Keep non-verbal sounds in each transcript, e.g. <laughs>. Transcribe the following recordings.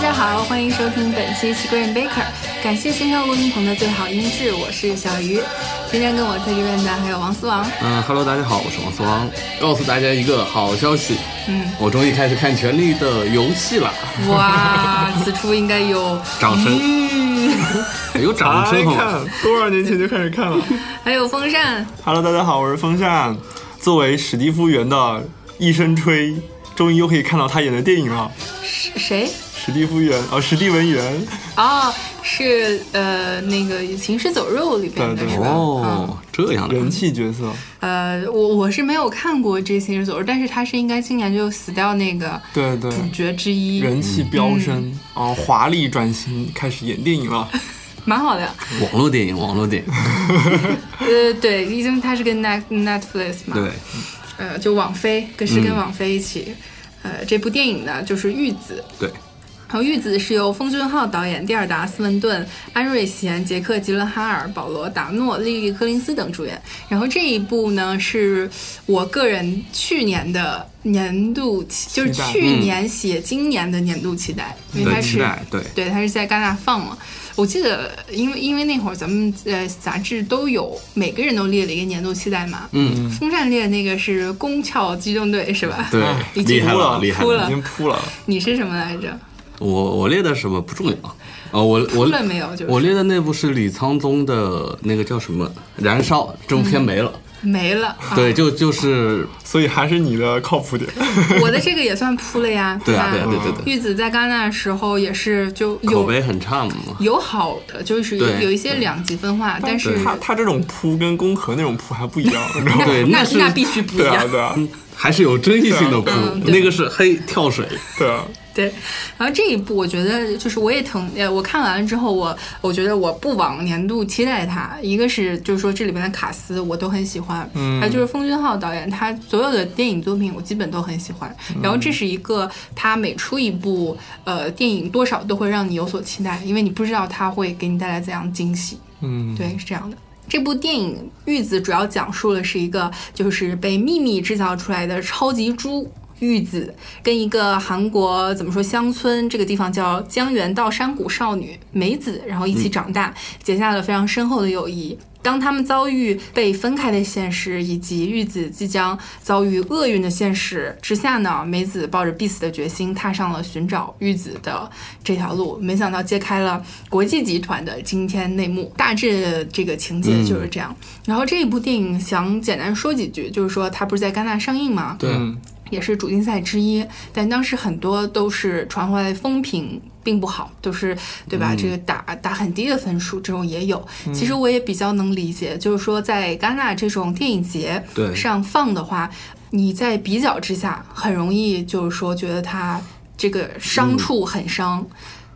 家好，欢迎收听本期《奇 Green Baker》，感谢线上录音棚的最好音质，我是小鱼。今天跟我在这边的还有王思王，嗯哈喽，大家好，我是王思王，告诉大家一个好消息，嗯，我终于开始看《权力的游戏》了，哇，此处应该有掌声嗯 <laughs> 有掌声好吗？看，哎多少年前就开始看了。还有风扇，哦 <laughs> Hello，大家好，我是风扇。作为史蒂夫·元的一声吹，终于又可以看到他演的电影了。是谁？史蒂夫·元，哦，史蒂文·元，哦，是呃那个《行尸走肉》里边的对对是吧？嗯哦，这样的，人气角色。呃，我我是没有看过这《行尸走肉》，但是他是应该今年就死掉那个对对，主角之一，人气飙升，嗯然后华丽转型，开始演电影了。蛮好的。网络电影，网络 <laughs> 电影，呃，对，因为他是跟 Net Netflix 嘛，对，呃，就网飞，跟是跟嗯网飞一起。呃，这部电影呢，就是《玉子》，对，然后《玉子》是由奉俊昊导演，蒂尔达·斯文顿、安瑞贤、杰克·吉伦哈尔、保罗·达诺、莉莉·柯林斯等主演。然后这一部呢，是我个人去年的年度期，就是期待去年写今年的年度期待，因为它对，是嗯期待，对，对，它是在戛纳放嘛。我记得，因为因为那会儿咱们呃杂志都有每个人都列了一个年度期待嘛。嗯，风扇列的那个是《宫壳机动队》是吧？对哎，啊已经厉害哭了，了，厉害哭了，了已经哭了。你是什么来着？我我列的什么不重要，哦，我哭我了没有？就是我列的那部是李沧东的那个叫什么《燃烧》这部片没了，没了。嗯啊 <laughs> 对，就就是所以还是你的靠谱点。 <laughs> 我的这个也算扑了呀， <laughs> 对啊吧？对啊对对对玉子在戛纳的时候也是就口有碑很差嘛，有好的，就是有对有一些两极分化，但是他他这种扑跟宫壳那种扑还不一样，你知道吗？对，那是那必须不一对啊，样。对啊，还是有争议性的部嗯分，对那个是黑跳水，对啊。 <laughs> 对，然后这一部我觉得就是我也挺，呃，我看完了之后，我我觉得我不枉年度期待它。一个是就是说这里边的卡斯我都很喜欢，嗯还有就是奉俊昊导演他所有的电影作品我基本都很喜欢。然后这是一个他每出一部呃电影多少都会让你有所期待，因为你不知道他会给你带来怎样的惊喜。嗯，对，是这样的。这部电影《玉子》主要讲述的是一个就是被秘密制造出来的超级猪。玉子跟一个韩国怎么说乡村这个地方叫江原道山谷少女美子，然后一起长大，结下了非常深厚的友谊。当他们遭遇被分开的现实，以及玉子即将遭遇厄运的现实之下呢，美子抱着必死的决心，踏上了寻找玉子的这条路。没想到揭开了国际集团的惊天内幕，大致这个情节就是这样。然后这一部电影想简单说几句，就是说它不是在戛纳上映吗？对嗯也是主竞赛之一，但当时很多都是传回来风评并不好，都是对吧？这个打打很低的分数，这种也有。其实我也比较能理解，就是说在戛纳这种电影节对上放的话，你在比较之下，很容易就是说觉得它这个伤处很伤。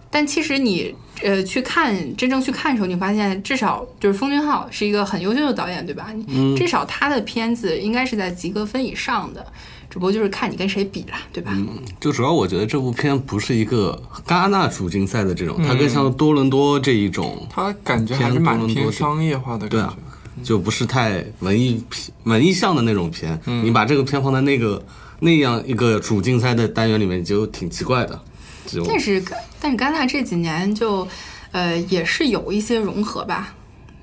但其实你呃去看真正去看的时候，你发现至少就是奉俊昊是一个很优秀的导演，对吧？嗯、至少他的片子应该是在及格分以上的，只不过就是看你跟谁比啦，对吧？就主要我觉得这部片不是一个戛纳主竞赛的这嗯种，它更像多伦多这一种，他感觉还是蛮偏多伦多偏的商业化的对感觉啊。，就不是太文艺片文艺向的那种片。嗯你把这个片放在那个那样一个主竞赛的单元里面，就挺奇怪的。就但是但是戛纳这几年就呃也是有一些融合吧，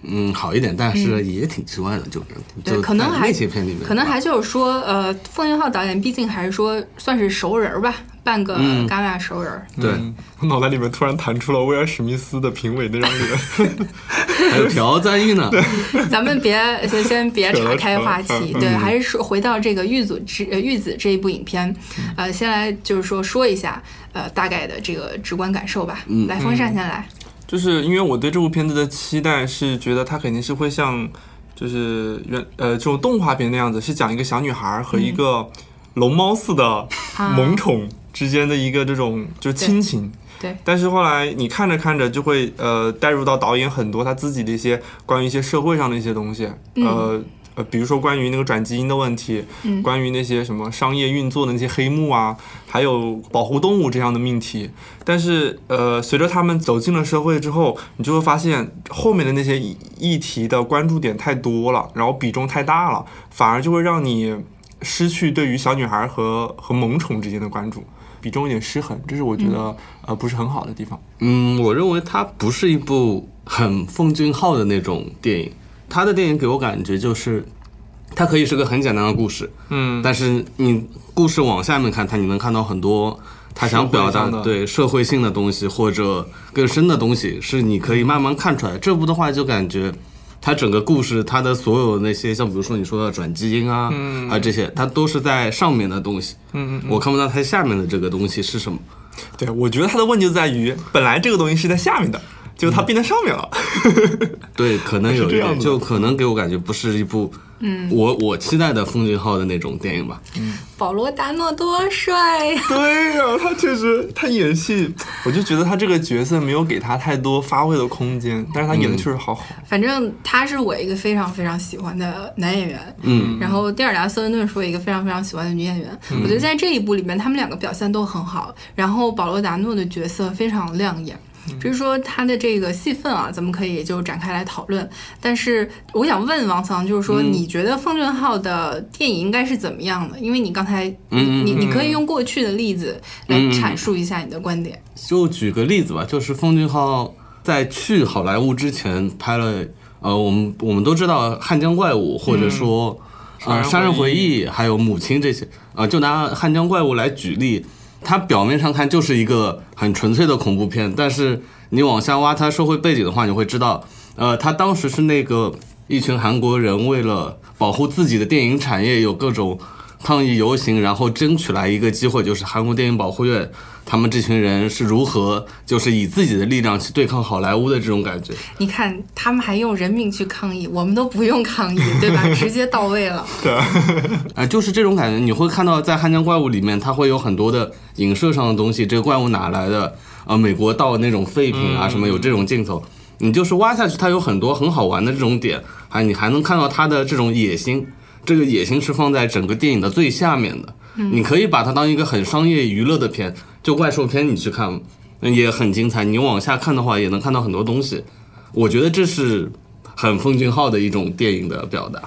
嗯，好一点，但是也挺奇怪的，就是对就可能在还那些片里面，可能还就是说，呃，奉俊昊导演毕竟还是说算是熟人儿吧，半个嗯戛纳熟人儿。对，嗯，我脑袋里面突然弹出了威尔史密斯的评委那张脸，还有朴赞 <laughs> 郁呢， <laughs> 咱们别先先别岔开话扯嗯了题扯，了对，还是说回到这个《玉子之呃玉子》这一部影片，嗯呃，先来就是说说一下呃大概的这个直观感受吧。来，风扇先来。 <laughs> 就是因为我对这部片子的期待是觉得它肯定是会像，就是原呃这种动画片那样子，是讲一个小女孩和一个龙猫似的啊萌宠之间的一个这种就亲情。对，但是后来你看着看着就会呃带入到导演很多他自己的一些关于一些社会上的一些东西，呃呃，比如说关于那个转基因的问题，关于那些什么商业运作的那些黑幕啊，还有保护动物这样的命题。但是呃，随着他们走进了社会之后，你就会发现后面的那些议议题的关注点太多了，然后比重太大了，反而就会让你失去对于小女孩和和萌宠之间的关注。比重有点失衡，这是我觉得、呃不是很好的地方。嗯，我认为它不是一部很奉俊昊的那种电影。他的电影给我感觉就是，它可以是个很简单的故事，嗯，但是你故事往下面看，它你能看到很多他想表社达会上的对社会性的东西或者更深的东西，是你可以慢慢看出来。这部的话就感觉。它整个故事，它的所有那些，像比如说你说的转基因啊，嗯、啊这些，它都是在上面的东西。嗯嗯，我看不到它下面的这个东西是什么。对，我觉得它的问题就在于，本来这个东西是在下面的，结果它变在上面了。对，可能有一是这样点，的就可能给我感觉不是一部，嗯，我我期待的奉俊昊的那种电影吧。保罗·达诺多帅， <laughs> 对呀、他确实，他演戏，我就觉得他这个角色没有给他太多发挥的空间，但是他演的确实好好。反正他是我一个非常非常喜欢的男演员。嗯，然后蒂尔达·斯温顿是我一个非常非常喜欢的女演员。我觉得在这一部里面，他们两个表现都很好。然后保罗·达诺的角色非常亮眼。嗯至于说他的这个戏份啊，咱们可以就展开来讨论。但是我想问王强，就是嗯说你觉得奉俊昊的电影应该是怎么样的？因为你刚才，嗯嗯你你可以用过去的例子来阐述一下你的观点。就举个例子吧，就是奉俊昊在去好莱坞之前拍了，呃，我们我们都知道《汉江怪物》，或者说、呃《嗯杀杀人人回回忆忆》，还有《母亲》这些，呃，就拿《汉江怪物》来举例，它表面上看就是一个很纯粹的恐怖片，但是你往下挖它社会背景的话，你会知道，呃，他当时是那个一群韩国人为了保护自己的电影产业，有各种抗议游行，然后争取来一个机会，就是韩国电影保护月。他们这群人是如何，就是以自己的力量去对抗好莱坞的这种感觉。你看，他们还用人命去抗议，我们都不用抗议，对吧？直接到位了。啊，就是这种感觉。你会看到在《汉江怪物》里面，它会有很多的影射上的东西，这个怪物哪来的？啊，美国盗那种废品啊，什么有这种镜头，你就是挖下去，它有很多很好玩的这种点，还你还能看到它的这种野心。这个野心是放在整个电影的最下面的，你可以把它当一个很商业娱乐的片，就怪兽片你去看，也很精彩。你往下看的话，也能看到很多东西。我觉得这是很奉俊昊的一种电影的表达。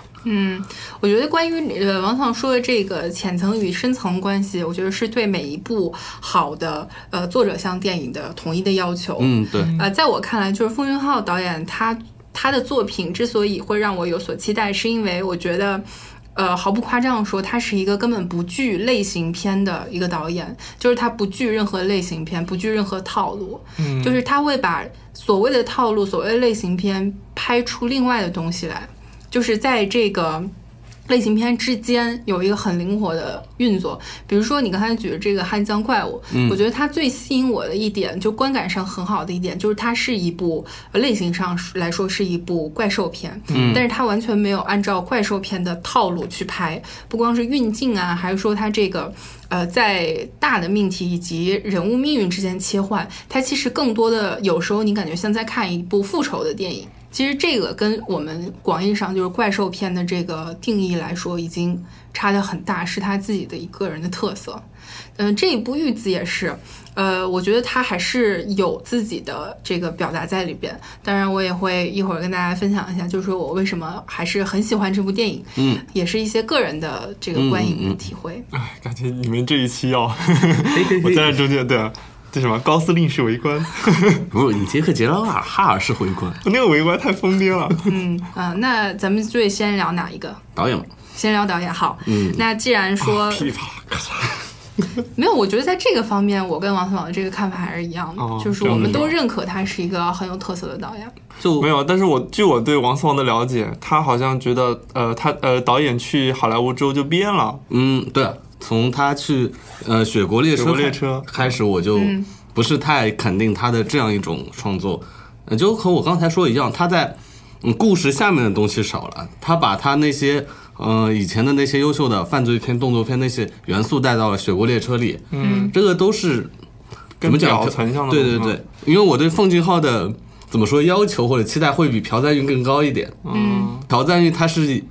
我觉得关于呃王总说的这个浅层与深层关系，我觉得是对每一部好的呃作者向电影的统一的要求。嗯，对。呃，在我看来，就是奉俊昊导演他他的作品之所以会让我有所期待，是因为我觉得。呃，毫不夸张地说，他是一个根本不惧类型片的一个导演，就是他不惧任何类型片，不惧任何套路，嗯、就是他会把所谓的套路、所谓的类型片拍出另外的东西来，就是在这个类型片之间有一个很灵活的运作。比如说你刚才举的这个《汉江怪物》我觉得它最吸引我的一点，就观感上很好的一点，就是它是一部呃类型上来说是一部怪兽片，但是它完全没有按照怪兽片的套路去拍，不光是运镜啊，还是说它这个。呃，在大的命题以及人物命运之间切换，它其实更多的有时候你感觉像在看一部复仇的电影。其实这个跟我们广义上就是怪兽片的这个定义来说，已经差得很大，是他自己的一个人的特色。嗯、这一部《玉子》也是，呃，我觉得他还是有自己的这个表达在里边。当然，我也会一会儿跟大家分享一下，就是说我为什么还是很喜欢这部电影，嗯，也是一些个人的这个观影的体会。哎，感觉你们这一期 <laughs> 要，我站在中间，对啊，这什么高司令是围观，不是，你杰克·杰拉尔哈尔是回归那个围观太疯癫 <laughs> 了。嗯啊、那咱们最先聊哪一个？导演嘛，先聊导演好，嗯，那既然说、噼里啪啦，咔嚓，没有，我觉得在这个方面，我跟王思网的这个看法还是一样的，哦就是这样我们是吧都认可他是一个很有特色的导演。就没有。但是我据我对王思王的了解，他好像觉得，呃，他呃导演去好莱坞之后就变了。嗯，对、啊，从他去呃《雪国列车》雪国列车开始，我就不是太肯定他的这样一种创作，呃就和我刚才说一样，他在嗯故事下面的东西少了，他把他那些。呃，以前的那些优秀的犯罪片、动作片那些元素带到了《雪国列车》里，嗯，这个都是怎跟么讲？表层上的对东西对吗对，因为我对奉俊昊的怎么说要求或者期待会比朴赞郁更高一点，嗯，朴赞郁他是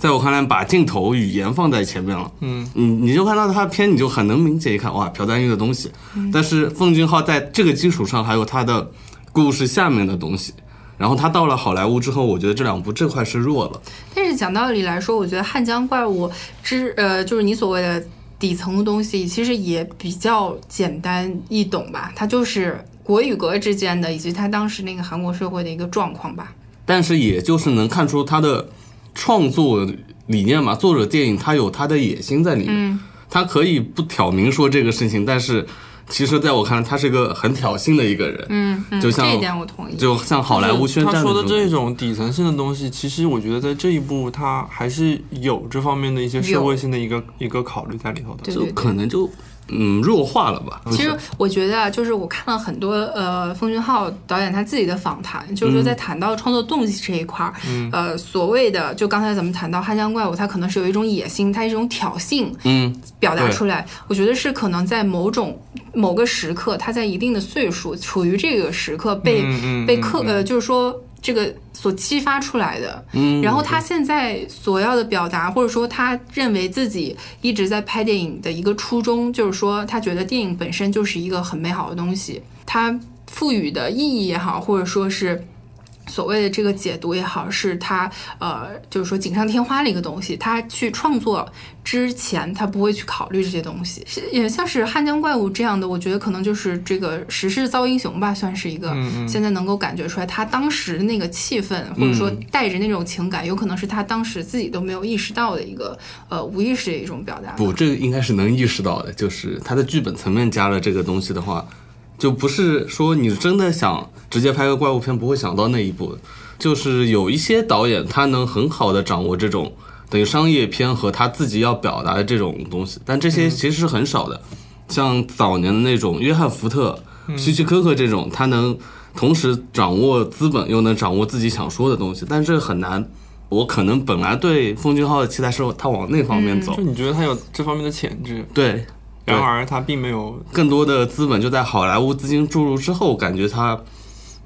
在我看来把镜头语言放在前面了，嗯，你你就看到他的片，你就很能明显一看哇朴赞郁的东西，但是奉俊昊在这个基础上还有他的故事下面的东西。然后他到了好莱坞之后，我觉得这两部这块是弱了。但是讲道理来说，我觉得《汉江怪物之》呃，就是你所谓的底层的东西其实也比较简单易懂吧，它就是国与国之间的，以及它当时那个韩国社会的一个状况吧。但是也就是能看出他的创作理念嘛，作者电影他有他的野心在里面，他可以不挑明说这个事情，但是其实在我看来，他是个很挑衅的一个人，嗯嗯，就像这一点我同意。就像好莱坞宣战嗯他说的种这种底层性的东西，其实我觉得在这一步，他还是有这方面的一些社会性的一个一个考虑在里头的。对就对对。可能就嗯弱化了吧。其实我觉得啊，就是我看了很多呃，奉俊昊导演他自己的访谈，就是说在谈到创作动机这一块儿，呃，所谓的就刚才咱们谈到《汉江怪物》，它可能是有一种野心，它是一种挑衅嗯，表达对出来。我觉得是可能在某种某个时刻，他在一定的岁数，处于这个时刻被、嗯嗯被嗯刻、呃，就是说这个所激发出来的。嗯，然后他现在所要的表达，或者说他认为自己一直在拍电影的一个初衷，就是说他觉得电影本身就是一个很美好的东西，它赋予的意义也好，或者说是。所谓的这个解读也好，是他呃，就是说锦上添花的一个东西。他去创作之前，他不会去考虑这些东西。是也像是《汉江怪物》这样的，我觉得可能就是这个时势造英雄吧，算是一个嗯现在能够感觉出来他当时的那个气氛，或者说带着那种情感，有可能是他当时自己都没有意识到的一个呃无意识的一种表达吧。不，这个应该是能意识到的，就是他的剧本层面加了这个东西的话，就不是说你真的想直接拍个怪物片不会想到那一步，就是有一些导演他能很好的掌握这种等于商业片和他自己要表达的这种东西，但这些其实是很少的，像早年的那种约翰·福特、希区柯克这种，他能同时掌握资本又能掌握自己想说的东西，但这很难。我可能本来对奉俊昊的期待是他往那方面走，就你觉得他有这方面的潜质，对，然而他并没有。更多的资本就在好莱坞资金注入之后，感觉它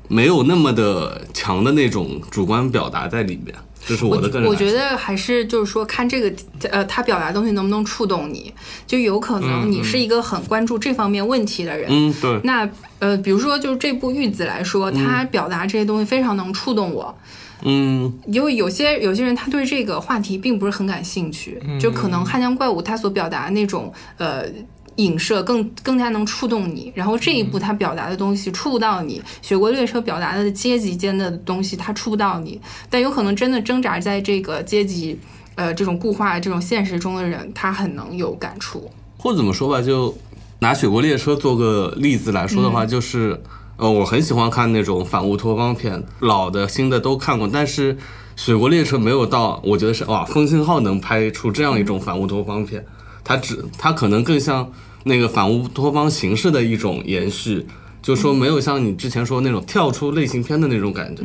没有那么的强的那种主观表达在里面，这是我的个人我感觉受。得还是就是说，看这个呃，他表达的东西能不能触动你，就有可能你是一个很关注这方面问题的人。嗯，对，那呃，比如说就是这部《玉子》来说，他表达这些东西非常能触动我，嗯，因为有些有些人他对这个话题并不是很感兴趣，就可能《汉江怪物》他所表达的那种呃。影射更更加能触动你，然后这一步他表达的东西触不到你，雪国列车表达的阶级间的东西他触不到你，但有可能真的挣扎在这个阶级，呃，这种固化这种现实中的人，他很能有感触。或者怎么说吧，就拿《雪国列车》做个例子来说的嗯话，就是呃，我很喜欢看那种反乌托邦片，老的、新的都看过，但是《雪国列车》没有到，我觉得是哇，风信号能拍出这样一种反乌托邦片，它只它可能更像那个反乌托邦形式的一种延续。就说没有像你之前说那种跳出类型片的那种感觉，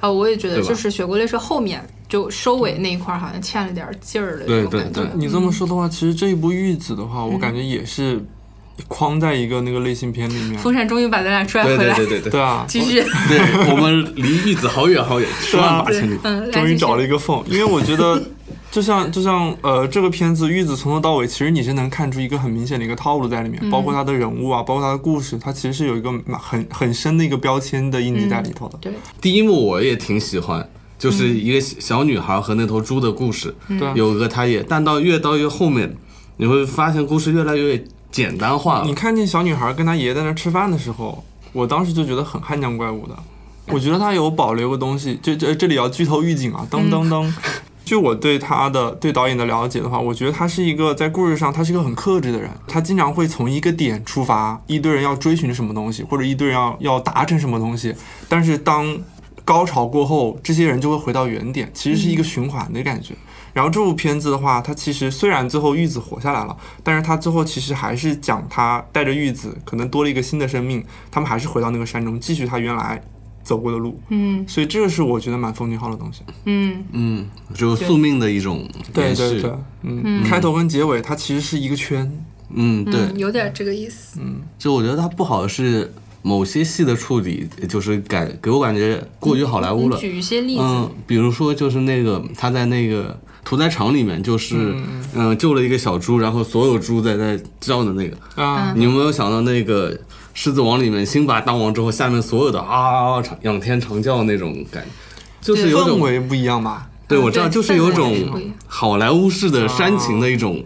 啊，我也觉得，对吧嗯就是雪国列车后面就收尾那一块儿，好像欠了点儿劲儿的这对种对感觉。嗯对你这么说的话，其实这一部《玉子》的话，我感觉也是框在一个那个类型片里面。风扇终于把咱俩拽对回对来，对对对对啊，继 <laughs> 续，对，我们离玉子好远 <laughs> 好远，啊十万八千里。嗯，来终于找继了续一个缝，因为我觉得，就像就像呃，这个片子玉子从头到尾，其实你是能看出一个很明显的一个套路在里面，包括他的人物啊，包括他的故事，它其实是有一个蛮很很深的一个标签的印记在里头的。对，第一幕我也挺喜欢，就是一个小女孩和那头猪的故事，对啊有个她也，但到越到越后面，你会发现故事越来越简单化你了。看见小女孩跟她爷爷在那儿吃饭的时候，我当时就觉得很汉江怪物的。我觉得他有保留个东西，这这这里要剧透预警啊！噔噔噔。据我对他的对导演的了解的话，我觉得他是一个在故事上他是一个很克制的人，他经常会从一个点出发，一堆人要追寻什么东西，或者一堆人要要达成什么东西，但是当高潮过后，这些人就会回到原点，其实是一个循环的感觉。然后这部片子的话，它其实虽然最后玉子活下来了，但是它最后其实还是讲他带着玉子，可能多了一个新的生命，他们还是回到那个山中，继续他原来走过的路。嗯所以这个是我觉得蛮风景号的东西。嗯，嗯，就宿命的一种延对续。对对，嗯，开头跟结尾它其实是一个圈，嗯，对，嗯有点这个意思。就我觉得它不好的是某些戏的处理，就是感给我感觉过于好莱坞你了。举一些例子，嗯，比如说就是那个他在那个屠宰场里面，就是嗯、呃救了一个小猪，然后所有猪在在叫的那个，啊，你有没有想到那个《狮子王》里面辛巴当王之后，下面所有的啊啊啊长仰天长叫那种感觉，就是有氛种围不一样吧？对我知道，对就是氛围有还是不一种样好莱坞式的煽情的一种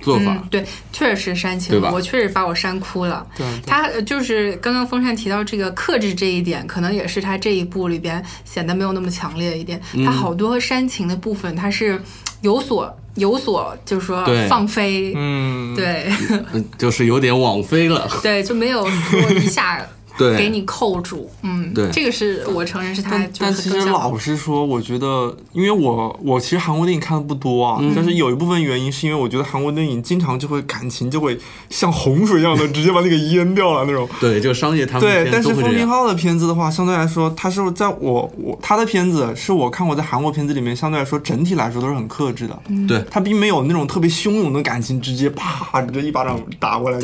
做法。嗯，对，确实煽情对吧了，我确实把我煽哭了。对啊，对啊他呃就是刚刚风扇提到这个克制这一点，可能也是他这一部里边显得没有那么强烈一点。嗯他好多煽情的部分，他是有所有所，就是说对放飞，嗯，对嗯，就是有点枉飞了。 <laughs> 对，就没有说一下对，给你扣住。嗯，对这个是我承认是他哎但就是但其更实像老实说，我觉得，因为我我其实韩国电影看的不多啊，嗯但是有一部分原因是因为我觉得韩国电影经常就会感情就会像洪水一样的直接把那个淹掉了那种。对，就商业他们对，但嗯是都会奉这俊样。昊的片子的话，相对来说，他是在我我他的片子是我看过在韩国片子里面相对来说整体来说都是很克制的，对，他并没有那种特别汹涌的感情直接啪直接一巴掌打过来那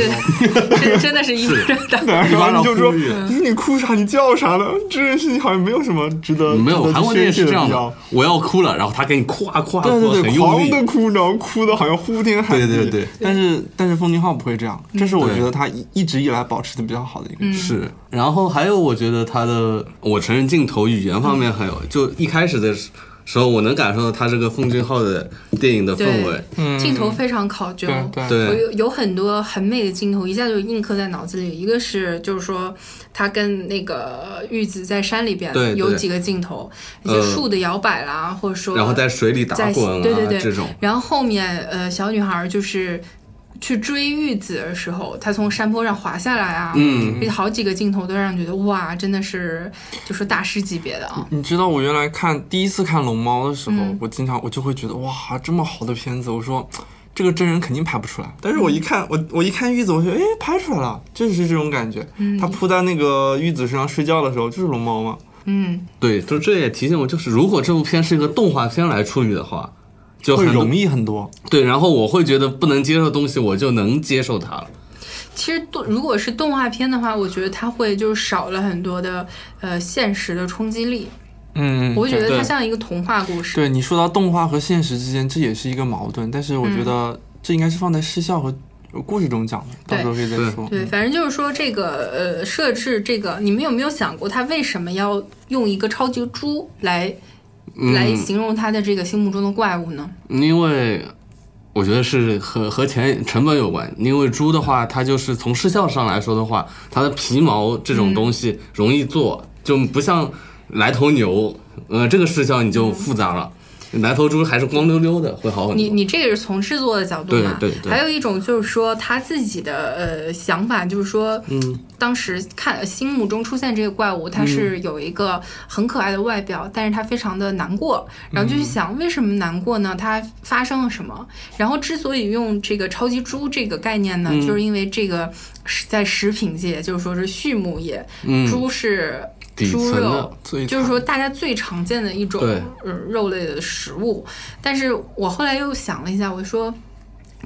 对 <laughs> 真种。， <laughs> 真的是一个人的。然一巴后掌你就说，呼吁你你哭啥？你叫啥呢？这件事情好像没有什么值得没有值得去韩国电影是宣泄这样的地的方，我要哭了，然后他给你夸夸夸，对对对，很用狂力。的哭，然后哭的好像呼天喊地。对对对。但是但是奉俊昊不会这样，这是我对觉得他一一直以来保持的比较好的嗯一个。是，然后还有，我觉得他的，我承认镜头语言方面很有，就一开始的时时候，我能感受到他这个奉俊昊的电影的氛围对。，镜头非常考究。嗯对对我有有很多很美的镜头，一下就印刻在脑子里。一个是就是说他跟那个玉子在山里边对对有几个镜头，一呃些树的摇摆啦，或者说然后在水里打在滚啊，对对对这种。然后后面呃小女孩就是。去追玉子的时候，她从山坡上滑下来啊，嗯，好几个镜头都让人觉得哇，真的是就是大师级别的啊，你知道我原来看第一次看《龙猫》的时候，嗯我经常我就会觉得哇，这么好的片子，我说这个真人肯定拍不出来。但是我嗯一看，我我一看玉子，我觉得哎，拍出来了，就是这种感觉。他扑在那个玉子身上睡觉的时候，就是龙猫嘛。嗯，对，就这也提醒我，就是如果这部片是一个动画片来处理的话，就会很容易很多，对。然后我会觉得不能接受的东西，我就能接受它了。其实动如果是动画片的话，我觉得它会就是少了很多的呃现实的冲击力，嗯我觉得对它像一个童话故事。对你说到动画和现实之间，这也是一个矛盾，但是我嗯觉得这应该是放在视效和故事中讲的，对到时候可以再对说。对，反正就是说这个呃设置这个，你们有没有想过它为什么要用一个超级猪来、来形容它的这个心目中的怪物呢？因为我觉得是和和钱成本有关。因为猪的话，它就是从视效上来说的话，它的皮毛这嗯种东西容易做，就不像来头牛，呃，这个视效你就复杂了。来头猪还是光溜溜的，会好很你多。你这个是从制作的角度对嘛？对对还有一种就是说他自己的呃想法，就是说，嗯，当时看心目中出现这个怪物，嗯它是有一个很可爱的外表，但是它非常的难过，然后就嗯去想为什么难过呢？它发生了什么？然后之所以用这个超级猪这个概念呢，嗯就是因为这个是在食品界，就是说是畜牧业，猪是嗯底猪层的肉。最就是说大家最常见的一种对呃肉类的食物。但是我后来又想了一下，我说。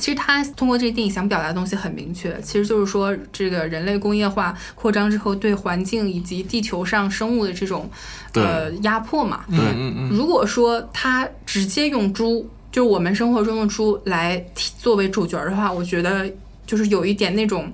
其实他通过这个电影想表达的东西很明确，其实就是说，这个人类工业化扩张之后对环境以及地球上生物的这种对呃压迫嘛。对嗯嗯，如果说他直接用猪，就是我们生活中的猪来替作为主角的话，我觉得就是有一点那种。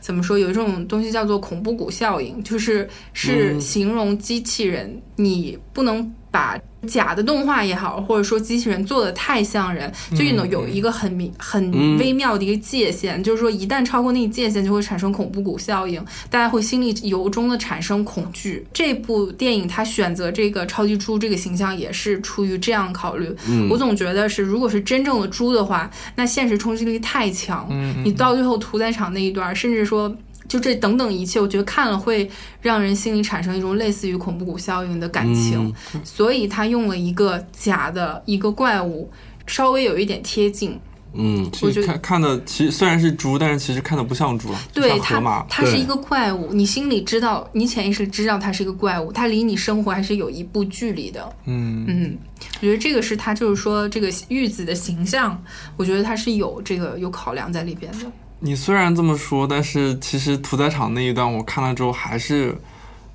怎么说？有一种东西叫做恐怖谷效应，就是是形容机器人，你不能把假的动画也好，或者说机器人做的太像人，就有有一个很明很微妙的一个界限，就是说一旦超过那个界限，就会产生恐怖谷效应，大家会心里由衷的产生恐惧。这部电影它选择这个超级猪这个形象，也是出于这样考虑。我总觉得是，如果是真正的猪的话，那现实冲击力太强，嗯你到最后屠宰场那一段，甚至说。就这等等一切，我觉得看了会让人心里产生一种类似于恐怖谷效应的感情，所以他用了一个假的一个怪物，稍微有一点贴近，嗯，我其觉实得看看的其实虽然是猪，但是其实看的不像猪了，就对像河它马，。它是对一个怪物，你心里知道，你潜意识里知道它是一个怪物，它离你生活还是有一步距离的。嗯，嗯，我觉得这个是他就是说这个玉子的形象，我觉得他是有这个有考量在里边的。你虽然这么说，但是其实屠宰场那一段我看了之后，还是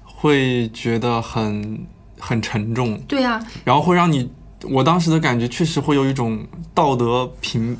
会觉得很很沉重，对啊，然后会让你，我当时的感觉确实会有一种道德评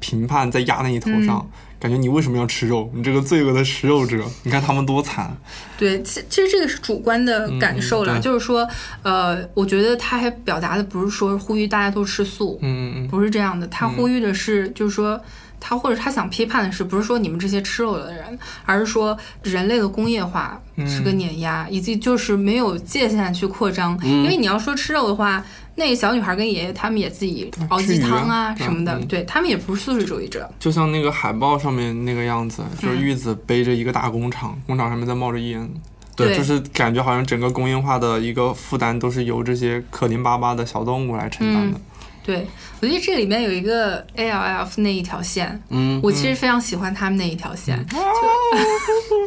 评判在压在你头上，感觉你为什么要吃肉？你这个罪恶的食肉者， <laughs> 你看他们多惨。对，其其实这个是主观的感受了，嗯对就是说，呃，我觉得他还表达的不是说呼吁大家都吃素，嗯嗯不是这样的，他呼吁的是，就是说他或者他想批判的是，不是说你们这些吃肉的人，而是说人类的工业化嗯是个碾压，以及就是没有界限去扩张。嗯因为你要说吃肉的话，那小女孩跟爷爷他们也自己熬鸡汤啊吃鱼啊什么的，嗯对他们也不是素食主义者。就像那个海报上面那个样子，就是玉子背着一个大工厂，工厂上面在冒着烟，对对就是感觉好像整个工业化的一个负担都是由这些可怜巴巴的小动物来承担的。对，我觉得这里面有一个 A L F 那一条线，嗯，我其实非常喜欢他们那一条线。嗯哦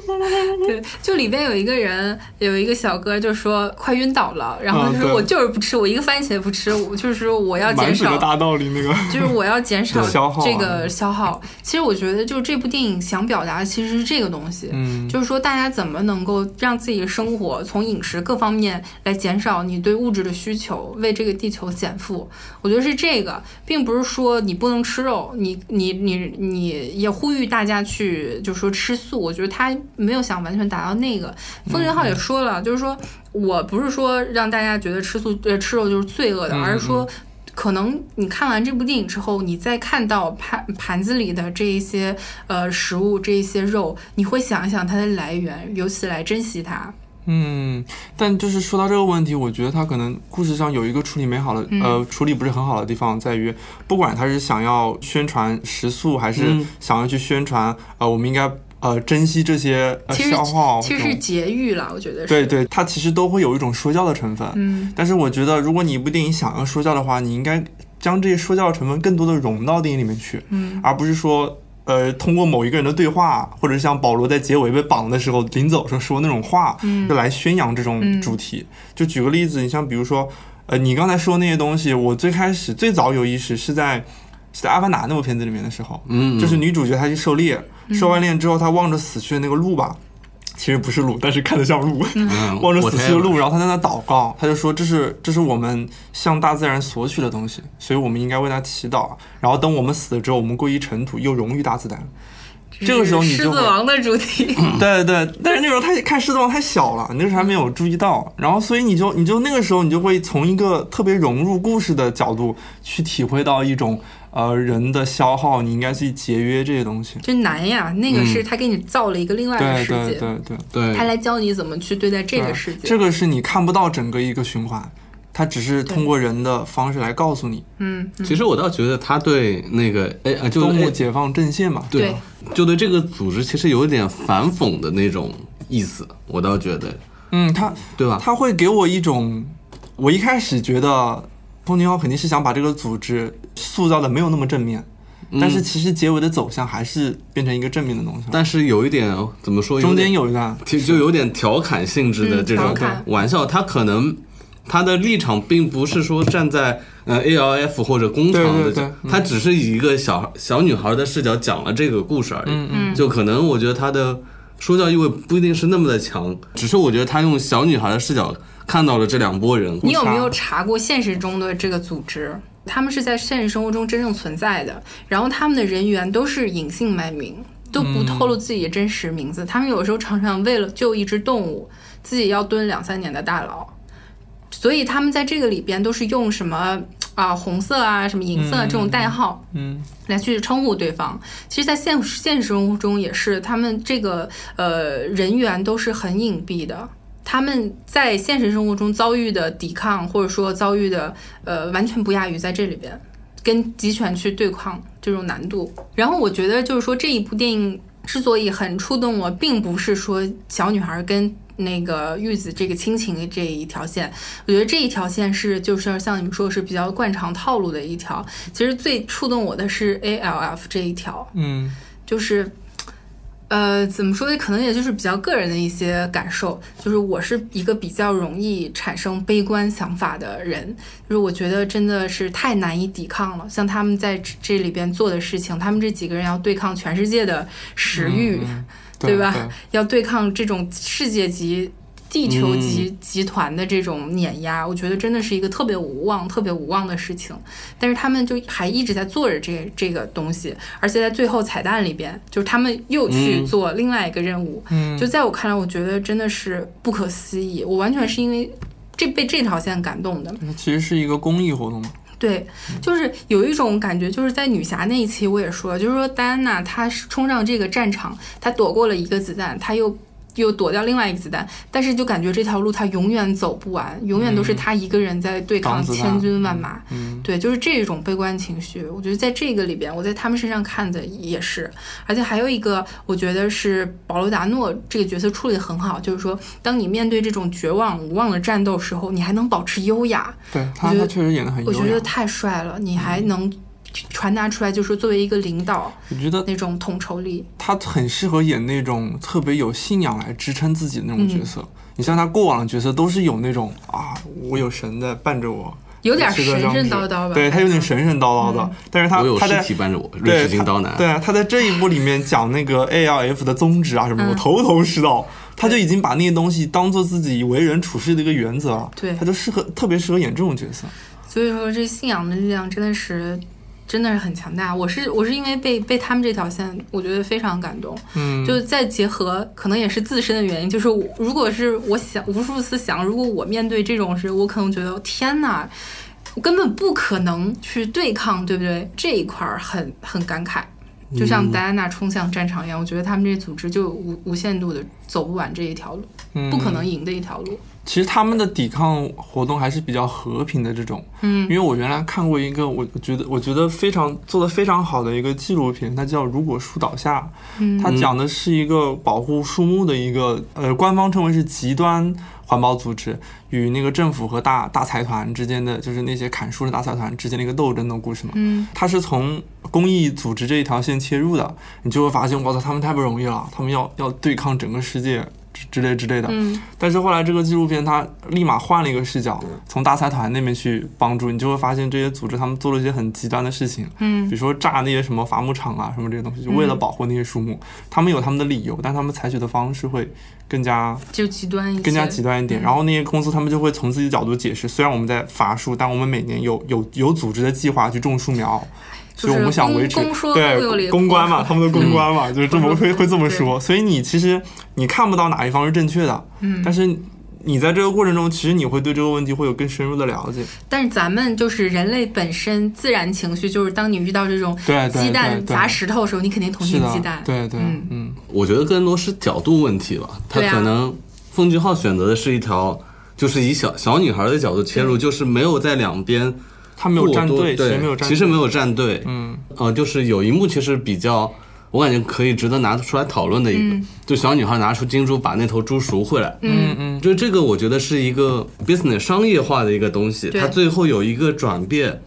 就 <laughs> 对，就里边有一个人，有一个小哥就说快晕倒了，然后啊他说对我就是不吃，我一个番茄不吃，我就是说我要减满纸少的大道理那个，就是我要减少对消耗啊这个消耗。其实我觉得，就是这部电影想表达的其实是这个东西，嗯，就是说大家怎么能够让自己的生活从饮食各方面来减少你对物质的需求，为这个地球减负。我觉得是这个，并不是说你不能吃肉，你你你你也呼吁大家去就说吃素。我觉得他没有想完全达到那个。风云浩也说了，就是说我不是说让大家觉得吃素呃吃肉就是罪恶的，而是说可能你看完这部电影之后，你再看到盘盘子里的这一些呃食物，这一些肉，你会想一想它的来源，由此来珍惜它。嗯，但就是说到这个问题，我觉得他可能故事上有一个处理没好的，嗯呃，处理不是很好的地方在于，不管他是想要宣传食素，还是嗯想要去宣传，呃，我们应该呃珍惜这些、呃、其实消耗，其实是节育了，我觉得是。对对，它其实都会有一种说教的成分。嗯，但是我觉得，如果你一部电影想要说教的话，你应该将这些说教的成分更多的融到电影里面去，嗯，而不是说。呃，通过某一个人的对话，或者像保罗在结尾被绑的时候，临走时候说那种话，嗯就来宣扬这种主题。就举个例子，你像比如说，呃，你刚才说那些东西，我最开始最早有意识是在是在《阿凡达》那部片子里面的时候，嗯，就是女主角她去狩猎，嗯狩完猎之后，她望着死去的那个鹿吧，其实不是鹿，但是看着像鹿，嗯望着死去的，我鹿，然后她在那祷告，她就说这是这是我们向大自然索取的东西，所以我们应该为它祈祷。然后等我们死了之后，我们归于尘土，又融于大自然。这个时候你狮就子会王的主 <laughs> 题，对对，对但是那时候他看《狮子王》太小了，你那时候还没有注意到，然后所以你就你就那个时候你就会从一个特别融入故事的角度去体会到一种呃人的消耗，你应该去节约这些东西。就难呀。那个是他给你造了一个另外的对世嗯对界，对对，对他来教你怎么去对待这个对世界嗯这。个是你看不到整个一个循环，它只是通过人的方式来告诉你嗯，其实我倒觉得他对那个哎啊，就动物 A- 解放阵线嘛。对对，就对这个组织其实有一点反讽的那种意思，我倒觉得，嗯，它对吧？它会给我一种，我一开始觉得风宁号肯定是想把这个组织塑造的没有那么正面，嗯但是其实结尾的走向还是变成一个正面的东西了。但是有一点怎么说，中有间点有一段，其就有点调侃性质的嗯这种调侃玩笑，他可能。他的立场并不是说站在呃 A L F 或者工厂的对对角对，嗯他只是以一个小小女孩的视角讲了这个故事而已。嗯嗯就可能我觉得他的说教意味不一定是那么的强，只是我觉得他用小女孩的视角看到了这两拨人。你有没有查过现实中的这个组织？他们是在现实生活中真正存在的，然后他们的人员都是隐姓埋名，都不透露自己的真实名字。他们有时候常常为了救一只动物，自己要蹲两三年的大牢。所以他们在这个里边都是用什么啊、红色啊、什么银色啊、这种代号，嗯，来去称呼对方。其实，在现现实生活中也是，他们这个呃人员都是很隐蔽的。他们在现实生活中遭遇的抵抗，或者说遭遇的呃，完全不亚于在这里边跟集权去对抗这种难度。然后我觉得就是说这一部电影之所以很触动我，并不是说小女孩跟。那个玉子这个亲情的这一条线，我觉得这一条线是就是像你们说的是比较惯常套路的一条。其实最触动我的是 A L F 这一条，嗯就是，呃，怎么说呢？可能也就是比较个人的一些感受，就是我是一个比较容易产生悲观想法的人，就是我觉得真的是太难以抵抗了。像他们在这这里边做的事情，他们这几个人要对抗全世界的食欲，嗯对吧对要对抗这种世界级。地球嗯级集团的这种碾压，我觉得真的是一个特别无望、特别无望的事情。但是他们就还一直在做着这这个东西，而且在最后彩蛋里边，就是他们又去做另外一个任务。嗯就在我看来，我觉得真的是不可思议。我完全是因为这被这条线感动的。它其实是一个公益活动嘛。对，就是有一种感觉，就是在女侠那一期我也说，就是说戴安娜她是冲上这个战场，她躲过了一个子弹，她又又躲掉另外一个子弹，但是就感觉这条路她永远走不完，永远都是她一个人在对抗挡嗯子弹千军万马。嗯对，就是这种悲观情绪，我觉得在这个里边，我在他们身上看的也是，而且还有一个，我觉得是保罗达诺这个角色处理的很好，就是说，当你面对这种绝望、无望的战斗时候，你还能保持优雅，对他，我觉得他确实演的很优我雅。嗯觉得太帅了，你还能传达出来，就是作为一个领导我觉得那种统筹力。他很适合演那种特别有信仰来支撑自己的那种嗯角色。你像他过往的角色都是有那种啊，我有神在伴着我，有点我是个神让神子叨叨吧嗯对他有点神神叨叨的，但是他我有他尸在体伴着我，对瑞士金刀男。他对啊，他在这一部里面讲那个 A L F 的宗旨啊什嗯么的，我头头是道。他就已经把那些东西当做自己为人处事的一个原则了，对他就适合特别适合演这种角色。所以说，这信仰的力量真的是。真的是很强大，我是我是因为被被他们这条线，我觉得非常感动。嗯，就再结合，可能也是自身的原因，就是我如果是我想无数次想，如果我面对这种事，我可能觉得天哪，我根本不可能去对抗，对不对？这一块儿很很感慨，就嗯像戴安娜冲向战场一样，我觉得他们这组织就无无限度的走不完这一条路，嗯不可能赢的一条路。其实他们的抵抗活动还是比较和平的这种，嗯，因为我原来看过一个，我我觉得我觉得非常做的非常好的一个纪录片，它叫《如果树倒下》，嗯，它讲的是一个保护树木的一个，呃，官方称为是极端环保组织与那个政府和大大财团之间的，就是那些砍树的大财团之间的一个斗争的故事嘛，嗯，它是从公益组织这一条线切入的，你就会发现，我操，他们太不容易了，他们要要对抗整个世界之之类之类的。嗯，但是后来这个纪录片它立马换了一个视角，从大财团那边去帮助，你就会发现这些组织他们做了一些很极端的事情，嗯比如说炸那些什么伐木场啊什么这些东西，就为了保护那些树木，他们有他们的理由，但他们采取的方式会更加就极端一些，更加极端一点。然后那些公司他们就会从自己角度解释，虽然我们在伐树，但我们每年有有有组织的计划去种树苗，哎就是所以我们想维持公公说公有对理公关嘛，他们的公关嘛，就是这么 <laughs> 公说会会这么对说。所以你其实你看不到哪一方是正确的，嗯，但是你在这个过程中，其实你会对这个问题会有更深入的了解。但是咱们就是人类本身自然情绪，就是当你遇到这种对对鸡蛋对对砸石头的时候，你肯定同是情的鸡蛋，。对对，嗯嗯，我觉得更多是角度问题吧。他对啊可能奉俊昊选择的是一条，就是以小小女孩的角度切嗯入，就是没有在两边他没有过站多队，其对，实没有站队，其实没有站队。嗯，呃，就是有一幕其实比较，我感觉可以值得拿出来讨论的一个，就小女孩拿出金猪把那头猪赎回来。嗯嗯。就这个，我觉得是一个 business 商业化的一个东西，对它最后有一个转变。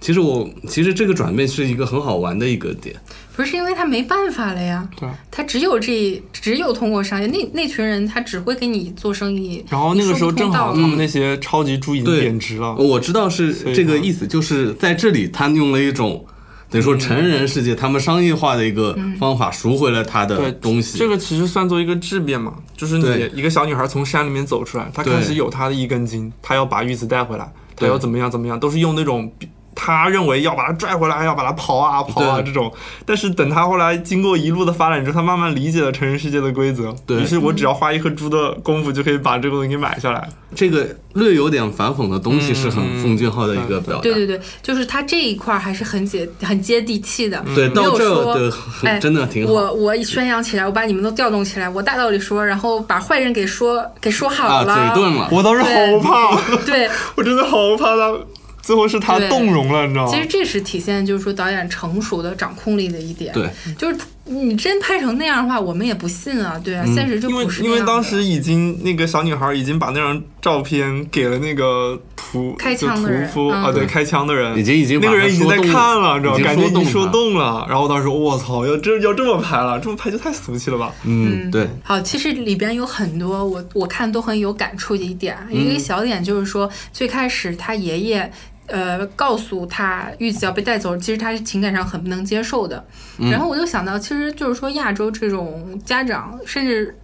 其实我其实这个转变是一个很好玩的一个点，不是因为他没办法了呀，对他只有这只有通过商业，那那群人他只会给你做生意。然后那个时候你说正不通好道他们那些超级猪已嗯经对贬值了，我知道是所以这个呢意思，就是在这里他用了一种等于说成人世界他们商业化的一个方法赎回了他嗯对的东西。这个其实算作一个质变嘛，就是对你一个小女孩从山里面走出来，她开始对有她的一根筋，她要把玉子带回来，她对要怎么样怎么样，都是用那种比她认为要把她拽回来，要把她刨啊刨啊对这种。但是等她后来经过一路的发展之后，她慢慢理解了成人世界的规则，对于是嗯我只要花一颗猪的功夫就可以把这个东西给买下来。这个略有点反讽的东西是很奉俊昊的一个表达。对对对，就是他这一块儿还是很接很接地气的。对没有到这说的哎真的挺好。我我一宣扬起来，我把你们都调动起来，我大道理说，然后把坏人给说给说好啊，了。嘴钝了，我当时好对怕， <laughs> 对，我真的好怕她，最后是她对动容了，你知道吗？其实这是体现就是说导演成熟的掌控力的一点。对，就是你真拍成那样的话，我们也不信啊。对啊，嗯现实就因为不是因那为样当的时已经那个小女孩已经把那张照片给了那个屠开就枪的人屠夫嗯啊，对，开枪的人已经已经把那个人他已经说在动了看了，知道已经吗感觉已经说说动动了。然后当时我操，要这要这么拍了，这么拍就太俗气了吧？嗯，对，好，其实里边有很多我我看都很有感触的一点啊，一个嗯小点就是说，最开始他爷爷。呃，告诉他玉子要被带走，其实他是情感上很不能接受的。嗯然后我就想到，其实就是说亚洲这种家长，甚至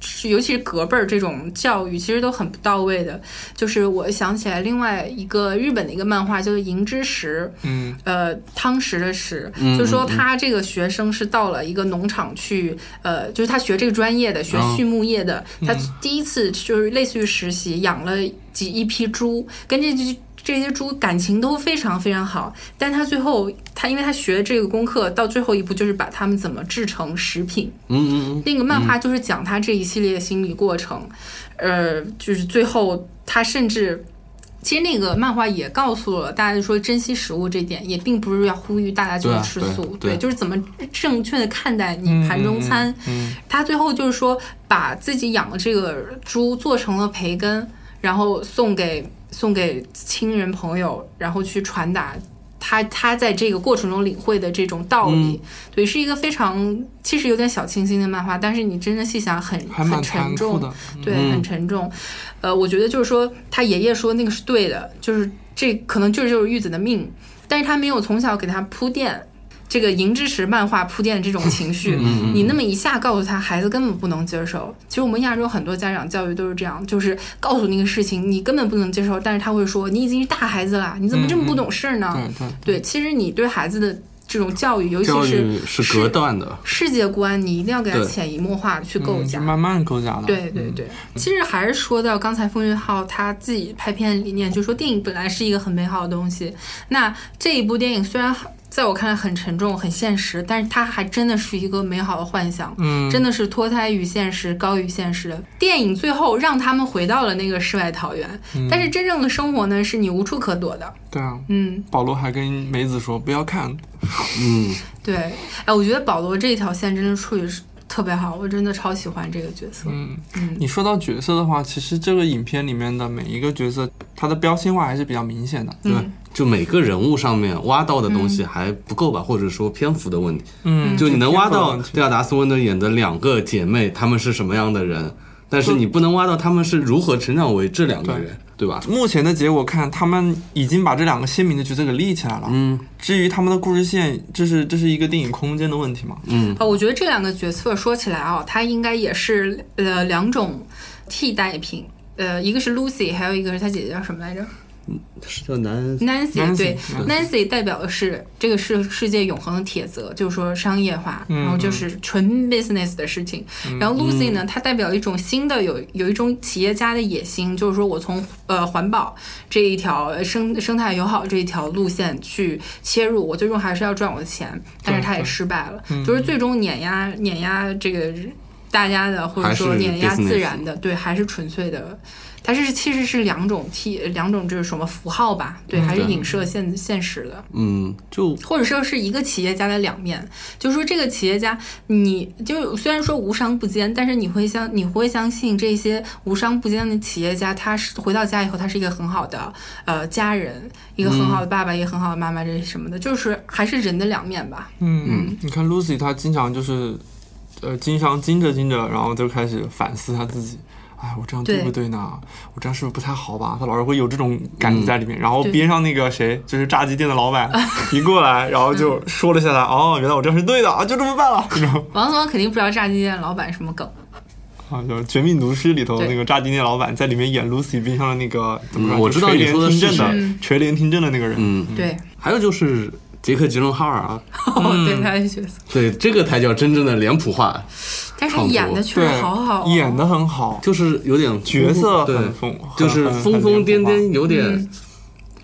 是尤其是隔辈儿这种教育，其实都很不到位的。就是我想起来另外一个日本的一个漫画，叫做《银之匙》，嗯，呃汤匙的匙，就是说他这个学生是到了一个农场去，呃，就是他学这个专业的，学畜牧业的，他第一次就是类似于实习，养了几一批猪，跟这只这些猪感情都非常非常好，但他最后他因为他学这个功课，到最后一步就是把它们怎么制成食品。嗯嗯那个漫画就是讲他这一系列心理过程，呃，就是最后他甚至。其实那个漫画也告诉了大家，说珍惜食物这一点，也并不是要呼吁大家就对是啊吃对素，对就是怎么正确的看待你盘中餐，嗯，他最后就是说，把自己养的这个猪做成了培根，然后送给送给亲人朋友，然后去传达他他在这个过程中领会的这种道嗯理。对，是一个非常其实有点小清新的漫画，但是你真的细想很还蛮很沉残酷重的。嗯对，很沉重。呃，我觉得就是说，他爷爷说那个是对的，就是这可能这就是玉子的命，但是他没有从小给他铺垫这个银之匙漫画铺垫的这种情绪，嗯你那么一下告诉他，孩子根本不能接受。其实我们亚洲很多家长教育都是这样，就是告诉你个事情，你根本不能接受，但是他会说你已经是大孩子了，你怎么这么不懂事儿呢？对对，对，其实你对孩子的这种教育，尤其教是育是隔断的，世界观，你一定要给他对潜移默化地去构嗯架。就慢慢构架的。对对对，其实还是说到刚才风云浩他自己拍片理念，就说电影本来是一个很美好的东西。那这一部电影虽然在我看来很沉重、很现实，但是它还真的是一个美好的幻想，嗯，真的是脱胎于现实、高于现实的。电影最后让他们回到了那个世外桃源，但是真正的生活呢，是你无处可躲的。对啊。嗯，保罗还跟梅子说不要看，嗯，对。哎，我觉得保罗这一条线真的处理是特别好，我真的超喜欢这个角色。嗯嗯，你说到角色的话，其实这个影片里面的每一个角色，他的标签化还是比较明显的。嗯对，就每个人物上面挖到的东西还不够吧，或者说篇幅的问题，嗯就你能挖到嗯蒂尔达斯温顿演的两个姐妹，她们是什么样的人，但是你不能挖到她们是如何成长为这两个人，对吧？目前的结果看，他们已经把这两个鲜明的角色给立起来了。嗯，至于他们的故事线，这是这是一个电影空间的问题嘛？嗯，啊，我觉得这两个角色说起来啊，它应该也是呃两种替代品。呃，一个是 Lucy，还有一个是她姐姐叫什么来着是叫男， ？Nancy, Nancy，对嗯，Nancy 代表的是这个世世界永恒的铁则，就是说商业化，嗯然后就是纯 business 的事情。然后 Lucy 呢，它代表一种新的有有一种企业家的野心，就是说我从呃环保这一条呃生生态友好这一条路线去切入，我最终还是要赚我的钱，但是对嗯他也对失败了，就是最终碾压碾压这个大家的，或者还说是碾压 business 自然的，对，还是纯粹的。它是其实是两种替两种就是什么符号吧，对，还是嗯对影射现现实的。嗯，就或者说是一个企业家的两面，就是说这个企业家，你就虽然说无商不奸，但是你会相你会相信这些无商不奸的企业家，他是回到家以后，他是一个很好的呃家人，一个很嗯好的爸爸，一个很好的妈妈，这是什么的，就是还是人的两面吧。嗯，你看 Lucy 她经常就是，呃，经常惊着惊着，然后就开始反思她自己。哎，我这样对对不对呢？我这样是不是不太好吧？她老是会有这种感觉在嗯里面。然后对边上那个谁，就是炸鸡店的老 <laughs> 板一过来，然后就说了一下来，哦，原来我这样是对的啊，就这么办了。然后王思聪肯定不知道炸鸡店老板什么梗，啊，就《绝命毒师》里头对那个炸鸡店老板在里面演 Lucy 边上的那个怎么说？嗯我知道就垂你说的帘听是政的谁垂帘听政的那个人。嗯，对，还有就是杰克·吉伦哈尔啊， <laughs> 哦，对他的角色，对，这个才叫真正的脸谱化，但是他创作演的确对实好好、哦，演的很好，就是有点角色对很，疯，就是很疯疯癫。很很脸谱化癫，有点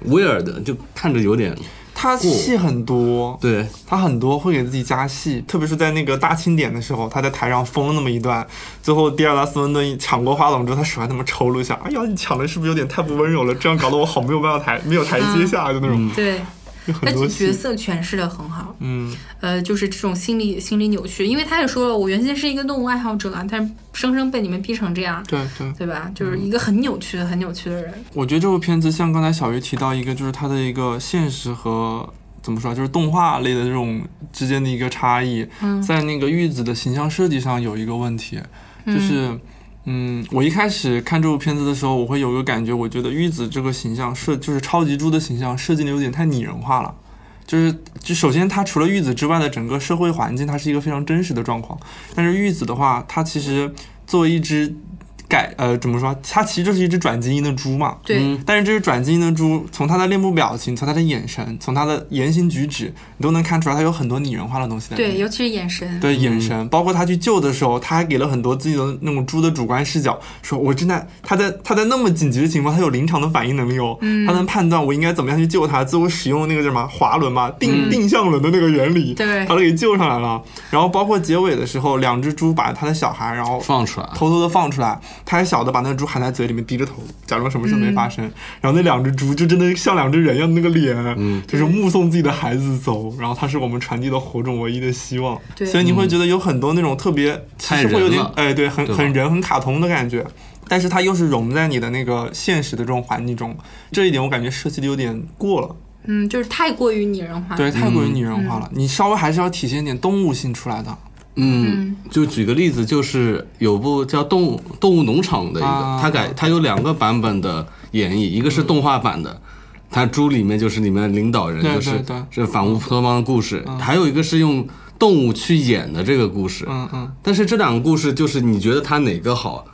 weird，就看着有点他戏很多，对，他很多会给自己加戏，特别是在那个大庆典的时候，他在台上疯了那么一段，最后迪尔达斯温顿抢过话筒之后，他手还那么抽了一下，哎呀，你抢的是不是有点太不温柔了？这样搞得我好没有办法台没有台阶下，就嗯那种，对，就他很多嗯角戏，色诠释的很好。嗯，呃，就是这种心理心理扭曲，因为他也说了，我原先是一个动物爱好者啊，但是生生被你们逼成这样，对对。对吧？嗯就是一个很扭曲的、很扭曲的人。我觉得这部片子像刚才小鱼提到一个，就是它的一个现实和怎么说啊，就是动画类的这种之间的一个差异，嗯在那个玉子的形象设计上有一个问题，就是。嗯我一开始看这部片子的时候，我会有一个感觉，我觉得玉子这个形象设就是超级猪的形象设计的有点太拟人化了，就是就首先它除了玉子之外的整个社会环境，它是一个非常真实的状况，但是玉子的话，它其实作为一只改呃怎么说？它其实就是一只转基因的猪嘛。对，但是这只转基因的猪，从它的面部表情、从它的眼神、从它的言行举止，你都能看出来它有很多拟人化的东西在里面。对，尤其是眼神，对眼神，包括他去救的时候，他还给了很多自己的那种猪的主观视角，说我真的，他在他在那么紧急的情况，他有临场的反应能力哦，嗯他能判断我应该怎么样去救他，自我使用那个叫什么滑轮嘛，定定向轮的那个原理，嗯对把他给救上来了。然后包括结尾的时候，两只猪把他的小孩，然后放出来，偷偷的放出来，他还小的把那个猪含在嘴里面，低着头，假装什么事没发生。然后那两只猪就真的像两只人一样的那个脸，嗯就是目送自己的孩子走。然后他是我们传递的火种唯一的希望，对所以你会觉得有很多那种特别，其太实会有人点了哎，对，很对吧很人很卡通的感觉。但是它又是融在你的那个现实的这种环境中，这一点我感觉设计的有点过了，嗯，就是太过于拟人化。对，太过于拟人化了。你稍微还是要体现点动物性出来的嗯，就举个例子，就是有部叫《动物动物农场》的一个啊，它改它有两个版本的演绎，一个是动画版的，它猪里面就是里面的领导人嗯对就是对对嗯是反乌托邦的故事，还有一个是用动物去演的这个故事，嗯嗯，但是这两个故事就是你觉得它哪个好，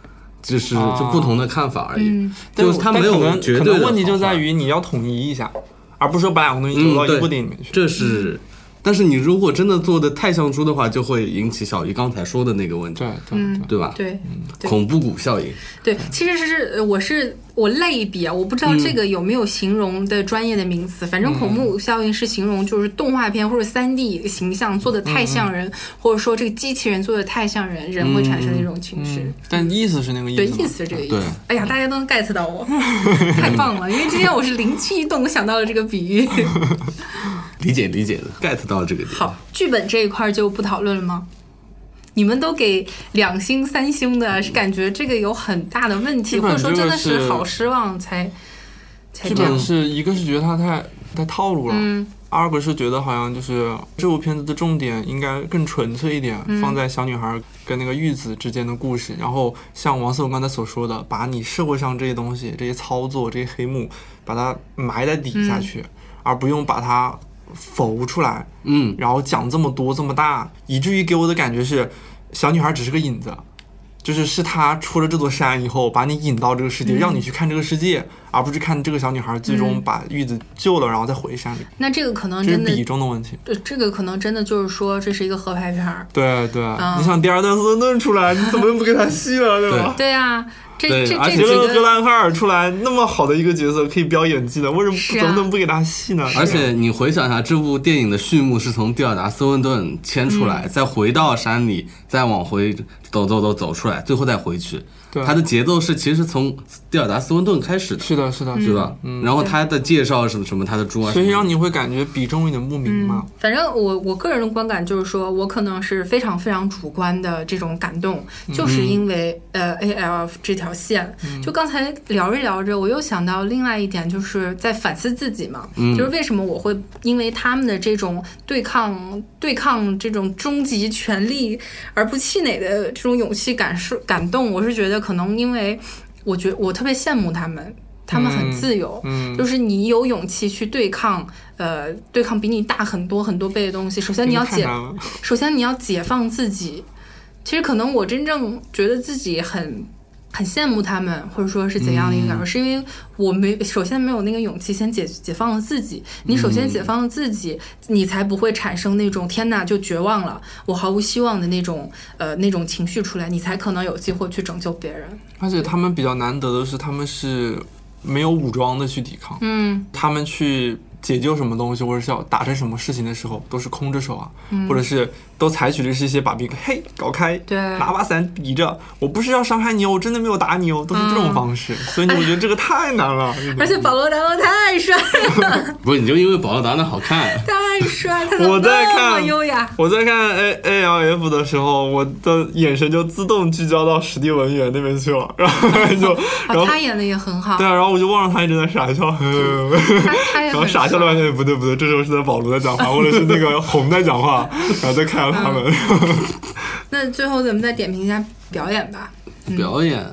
就是啊就不同的看法而已，嗯但就是它没但可有能绝可对能的问题就好坏在于你要统一一下，而不是说把两个东西揉嗯到对一部电影里面去。这是，但是你如果真的做的太像猪的话，就会引起小姨刚才说的那个问题对，对嗯对，对吧？对对恐怖谷效应，对，其实是呃我是我类比啊，我不知道这个有没有形容的专业的名词。反正恐怖效应是形容就是动画片或者三 D 形象做的太像人，或者说这个机器人做的太像人，人会产生的一种情绪。但意思是那个意对，思嘛。意思是这个意对思。哎呀，大家都能 get 到我， <laughs> 太棒了！因为今天我是灵机一动，我想到了这个比喻。理解理解的，get 到这个点。好，剧本这一块就不讨论了吗？你们都给两星、三星的，是感觉这个有很大的问题，剧或本者说真的这个是是好失望才才剧这样本。是一个是觉得它太太套路了，嗯二个是觉得好像就是这部片子的重点应该更纯粹一点，嗯放在小女孩跟那个玉子之间的故事。然后像王思文刚才所说的，把你社会上这些东西、这些操作、这些黑幕，把它埋在底嗯下去，而不用把它浮出来。嗯，然后讲这么多这么大，以至于给我的感觉是，小女孩只是个引子，就是是她出了这座山以后，把你引到这个世嗯界，让你去看这个世界，而不是看这个小女孩最终把玉子救了，然后再回山里，那这个可能这嗯是真的比，重的问题。呃这个可能真的就是说这是一个合拍片儿。对对，嗯你想第二段斯顿出来，你怎么不给他戏了，对吧？对啊，这对这而这且几杰伦格个兰哈尔出来那么好的一个角色，可以飙演技的，为什么是不啊怎么能不给他戏呢？而且你回想一下，这部电影的序幕是从蒂尔达·斯温顿牵出嗯来，再回到山里，再往回走走走走出来，最后再回去。对它的节奏是其实从蒂尔达·斯温顿开始的，是的，嗯是的，对吧？嗯然后它的介绍什么什么，它的猪啊什所么以的，让你会感觉比重有点不明嘛。反正我我个人的观感就是说，我可能是非常非常主观的这种感动，就是因为、呃 A L F 这条线。就刚才聊着聊着，我又想到另外一点，就是在反思自己嘛，就是为什么我会因为他们的这种对抗对抗这种终极权力而不气馁的这种勇气感受感动，我是觉得可能因为我觉我特别羡慕他们，他们很嗯自由，嗯就是你有勇气去对抗，呃，对抗比你大很多很多倍的东西。首先你要太解，难了，首先你要解放自己。其实可能我真正觉得自己很很羡慕他们，或者说是怎样的一个感受，是因为我没首先没有那个勇气先解解放了自己。你首先解放了自己，你才不会产生那种天哪就绝望了，我毫无希望的那种呃那种情绪出来，你才可能有机会去拯救别人。而且他们比较难得的是，他们是没有武装的去抵抗，嗯，他们去解救什么东西，或者是要达成什么事情的时候，都是空着手啊，或者是都采取的是一些把别人嘿搞开，嗯对拿把伞抵着，我不是要伤害你哦，我真的没有打你哦，都是这种嗯方式，所哎以你会觉得这个太难了，而且保罗·达蒙太帅了。不是你就因为保罗·达那好看，太帅，他怎么我在那么看优雅？哦我在看 A A L F 的时候，我的眼神就自动聚焦到史蒂文元那边去了，然后就，<laughs> 然哦，后他演的也很好对，啊，然后我就望着他一直在傻笑， <laughs> 他他也然后很傻笑了半天，不对不对，这时候是在保罗在讲话，或者是那 <laughs> 个红在讲话，然后再看到他们。嗯那最后咱们再点评一下表演吧。嗯表演，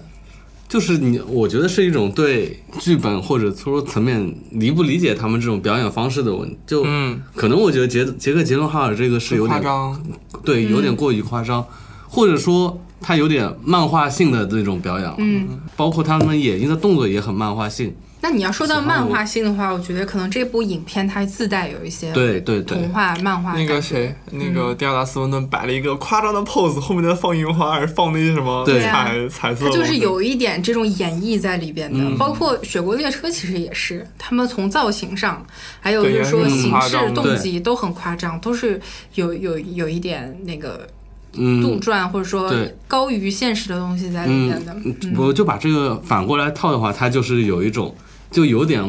就是你，我觉得是一种对剧本或者说层面理不理解他们这种表演方式的问题。就嗯，可能我觉得杰杰克杰伦哈尔这个是有夸点张，嗯对，有点过于夸张，或者说它有点漫画性的那种表演，嗯，包括他们演绎的动作也很漫画性，那你要说到漫画性的话，我觉得可能这部影片它自带有一嗯些对对对童，话漫画那个感谁，那个蒂亚达斯温顿摆了一个夸张的 pose，后面在放樱花，还是放那些什么对彩彩色它的东西，就是有一点这种演绎在里边的，嗯包括《雪国列车》其实也是，他们从造型上，还有就是说对也是很形夸式张的动机都很夸张，都是有有有一点那个杜嗯，撰或者说对高于现实的东西在里边的。嗯，我就把这个反过来套的话，它就是有一种，就有点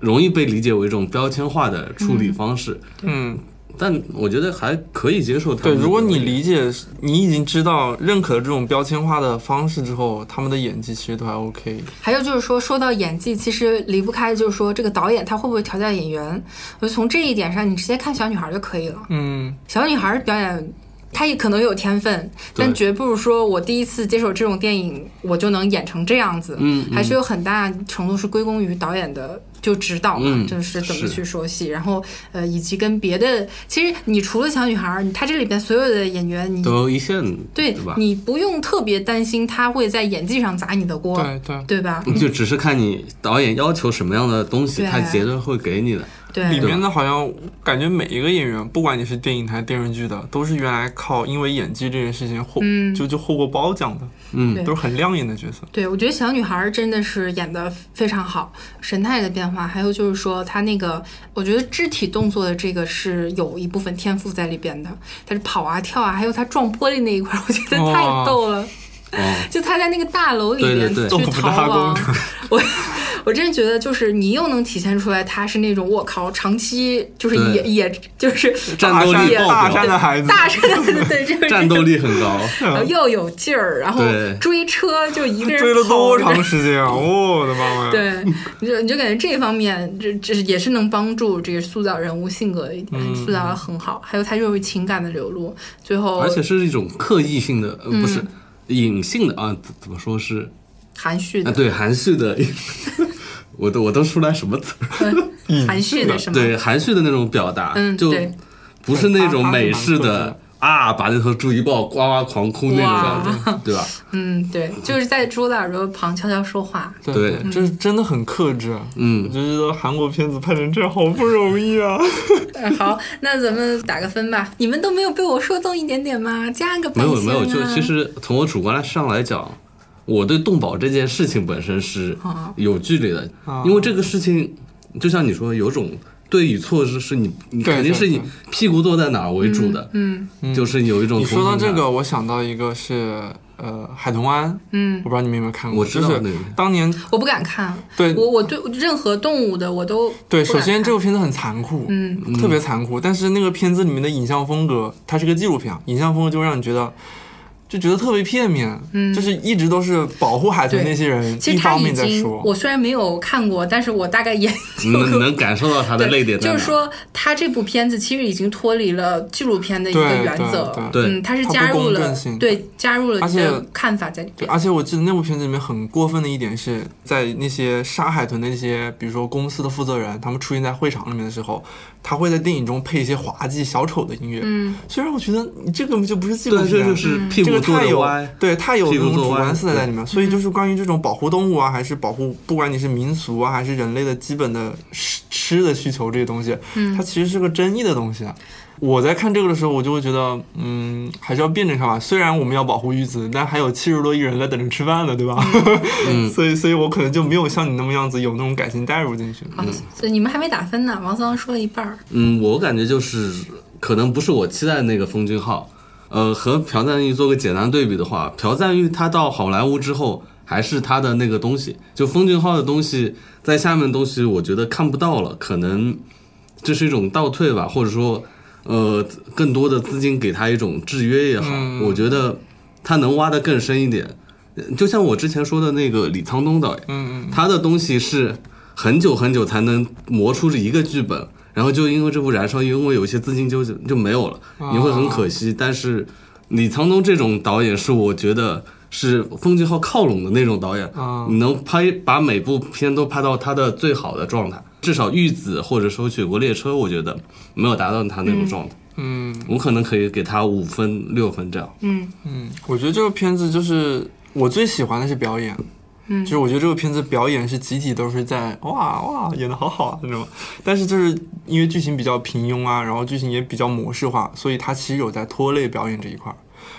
容易被理解为一种标签化的处理方式，嗯，但我觉得还可以接受它。对，如果你理解，你已经知道认可这种标签化的方式之后，他们的演技其实都还 OK。还有就是说，说到演技，其实离不开就是说这个导演他会不会调教演员。我就从这一点上，你直接看小女孩就可以了。嗯，小女孩表演，她也可能有天分，对但绝不是说我第一次接手这种电影，我就能演成这样子。嗯嗯还是有很大程度是归功于导演的就指导嘛，嗯就是怎么是去说戏，然后呃，以及跟别的，其实你除了小女孩，你她这里边所有的演员，你都一线，对对吧？你不用特别担心她会在演技上砸你的锅，对对。对吧？就只是看你导演要求什么样的东西，对啊他绝对会给你 <laughs> 的。里哎对。面的好像感觉每一个演员，不管你是电影台、电视剧的，都是原来靠因为演技这件事情获、嗯就就获过褒奖的，嗯对都是很亮眼的角色。对，我觉得小女孩真的是演的非常好，神态的变化，还有就是说她那个，我觉得肢体动作的这个是有一部分天赋在里边的，她是跑啊跳啊，还有她撞玻璃那一块儿，我觉得太哇逗了。哦，就她在那个大楼里边对对对去逃豆腐大公亡主， <laughs> 我我真觉得就是你又能体现出来她是那种我靠长期就是野对野就是战斗力爆大表山的孩子，大声的对这个战斗力很 <laughs> 高。又有劲儿，然后对追车就一个人追了跑多着长时间 <laughs> 啊！我的妈妈呀！对，你就你就感觉这方面，这这也是能帮助这个塑造人物性格的一点，塑造的很好。还有他就是情感的流露，最后而且是一种刻意性的，呃、不是嗯隐性的啊，怎怎么说是含蓄啊？的，对，含蓄的， <laughs> 我都我都出来什么词儿？含蓄的什么？嗯对，含蓄的那种表达，嗯就对不是那种美式对他他是蛮克的啊，把那头注意抱，哇哇狂哭那种感觉，对吧？嗯，对，就是在猪的耳朵旁悄悄说话。对对对，这是真的很克制啊。我嗯，就觉得韩国片子拍成这样好不容 <laughs> 易啊！嗯好，那咱们打个分吧。你们都没有被我说动一点点吗？加个没半有星没有，啊就其实从我主观上来讲，我对动保这件事情本身是啊有距离的，啊因为这个事情就像你说，有种对与错是是你你对肯定对是以对屁股坐在哪儿为主的，嗯就是有一种你说到同情这感个，我想到一个是呃海豚湾，嗯我，不知道你们有没有看过，我知道就是那个当年我不敢看，对我我对任何动物的我都对，不首敢先看这部片子很残酷，嗯特别残酷。但是那个片子里面的影像风格，它是个纪录片，啊，影像风格就让你觉得。就觉得特别片面，嗯就是一直都是保护海豚对那些人，其一实他方已面在经，说，我虽然没有看过，但是我大概也能能感受到他的对，泪点在就哪是儿。说，他这部片子其实已经脱离了纪录片的一个对原则，对对嗯，它是它不加入公了正性对加入了而你且的看法在里对，边。而且我记得那部片子里面很过分的一点是在那些杀海豚的那些，比如说公司的负责人，他们出现在会场里面的时候，他会在电影中配一些滑稽小丑的音乐。嗯，虽然我觉得你这根本就不是纪录对，这片就啊，是屁这股个坐太着有歪，对太有屁那股种坐主歪观色彩在里面。所以就是关于这种保护动物啊，还是保护不管你是民俗啊，还是人类的基本的吃吃的需求这些东西，它其实是个争议的东西啊。我在看这个的时候，我就会觉得，嗯，还是要辩证看吧。虽然我们要保护玉子，但还有七十多亿人在等着吃饭呢，对吧？ <laughs> 嗯所以，所以我可能就没有像你那么样子有那种感情代入进去。好，啊所以你们还没打分呢，王桑说了一半儿，嗯，我感觉就是可能不是我期待的那个风君号。呃，和朴赞玉做个简单对比的话，朴赞玉他到好莱坞之后，还是他的那个东西，就风俊号的东西，在下面的东西，我觉得看不到了，可能这是一种倒退吧，或者说，呃，更多的资金给他一种制约也好，我觉得他能挖得更深一点。呃就像我之前说的那个李沧东导演，嗯他的东西是很久很久才能磨出这一个剧本，然后就因为这部《燃烧》，因为有一些资金纠结就没有了，啊你会很可惜。但是李沧东这种导演是我觉得是风俊号靠拢的那种导演，啊你能拍把每部片都拍到他的最好的状态，至少《玉子》或者说《雪国列车》，我觉得没有达到他那种状态。嗯我可能可以给他五分六分这样。嗯嗯，我觉得这个片子就是我最喜欢的是表演。嗯就是我觉得这个片子表演是集体都是在哇哇演的好好啊那种，但是就是因为剧情比较平庸啊，然后剧情也比较模式化，所以它其实有在拖累表演这一块儿。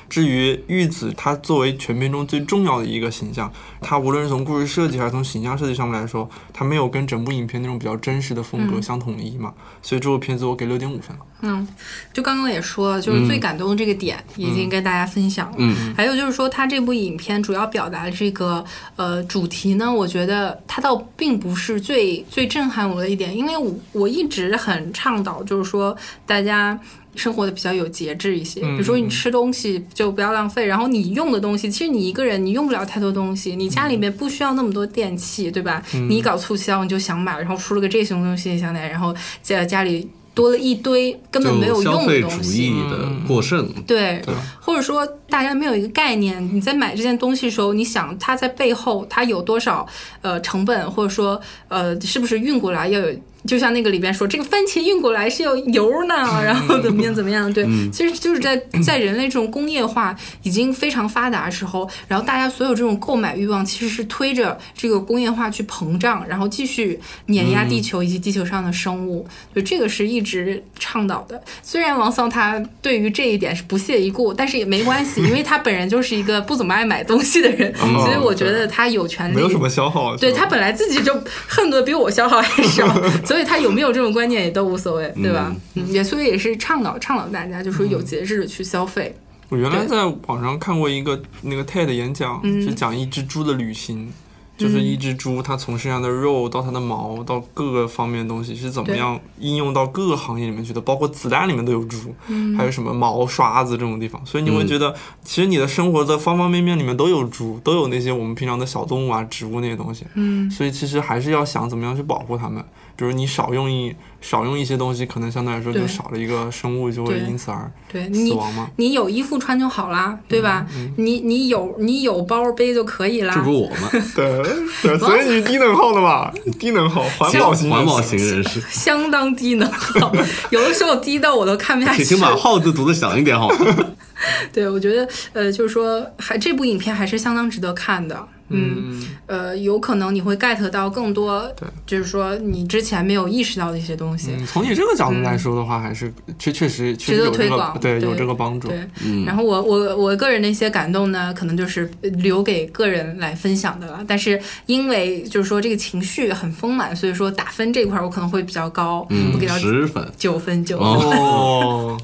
至于玉子，她作为全片中最重要的一个形象，她无论是从故事设计还是从形象设计上面来说，她没有跟整部影片那种比较真实的风格相统一嘛，所以这部片子我给六点五分了。嗯，就刚刚也说了，就是最感动的这个点已经跟大家分享了。嗯，还有就是说，它这部影片主要表达的这个呃主题呢，我觉得它倒并不是最最震撼我的一点，因为我我一直很倡导，就是说大家。生活的比较有节制一些，比如说你吃东西就不要浪费，然后你用的东西，其实你一个人你用不了太多东西，你家里面不需要那么多电器，对吧？你一搞促销你就想买，然后出了个这熊东西想买，然后在家里多了一堆根本没有就消用的费东主西嗯义。啊的过剩，对对，或者说大家没有一个概念，你在买这件东西的时候，你想它在背后它有多少呃成本，或者说呃是不是运过来要有，就像那个里边说这个番茄运过来是要油呢，然后怎么样怎么样，对，嗯其实就是在在人类这种工业化已经非常发达的时候，然后大家所有这种购买欲望其实是推着这个工业化去膨胀，然后继续碾压地球以及地球上的生物，就这个是一直倡导的。虽然王桑他对于这一点是不屑一顾，但是也没关系，因为他本人就是一个不怎么爱买东西的 <laughs> 人，哦所以我觉得他有权利没有什么消耗，对是吧他本来自己就恨不得比我消耗还 <laughs> 少，所以他有没有这种观念也都无所谓，对吧？嗯，也所以也是倡导倡导大家，就说嗯有节制的去消费。我原来在网上看过一个那个 TED 演讲，嗯是讲一只猪的旅行，就是一只猪它从身上的肉到它的毛到各个方面的东西是怎么样应用到各个行业里面去的，包括子弹里面都有猪，嗯还有什么毛刷子这种地方，所以你会觉得其实你的生活的方方面面里面都有猪，都有那些我们平常的小动物啊、植物那些东西，嗯所以其实还是要想怎么样去保护它们。比如你少用一少用一些东西，可能相对来说就对少了一个生物，就会对因此而对死你亡嘛。你有衣服穿就好啦，对吧？你你有你有包背就可以啦。这不是我吗？ <laughs> 对，对，所以你是低能耗的嘛，低能耗，环保型，环保型。人士，相当低能耗，有的时候低到我都看不下去。 <laughs> 请请把“耗”字读的响一点好吗？ <laughs> 对，我觉得呃，就是说，还这部影片还是相当值得看的。嗯，嗯，呃，有可能你会 get 到更多对，就是说你之前没有意识到的一些东西。嗯从你这个角度来说的话，还是确确实确实值得有这推个广对对有这个帮助。嗯对，然后我我我个人的一些感动呢，可能就是留给个人来分享的了。但是因为就是说这个情绪很丰满，所以说打分这块儿我可能会比较高，嗯我给到十分。九分九分。哦，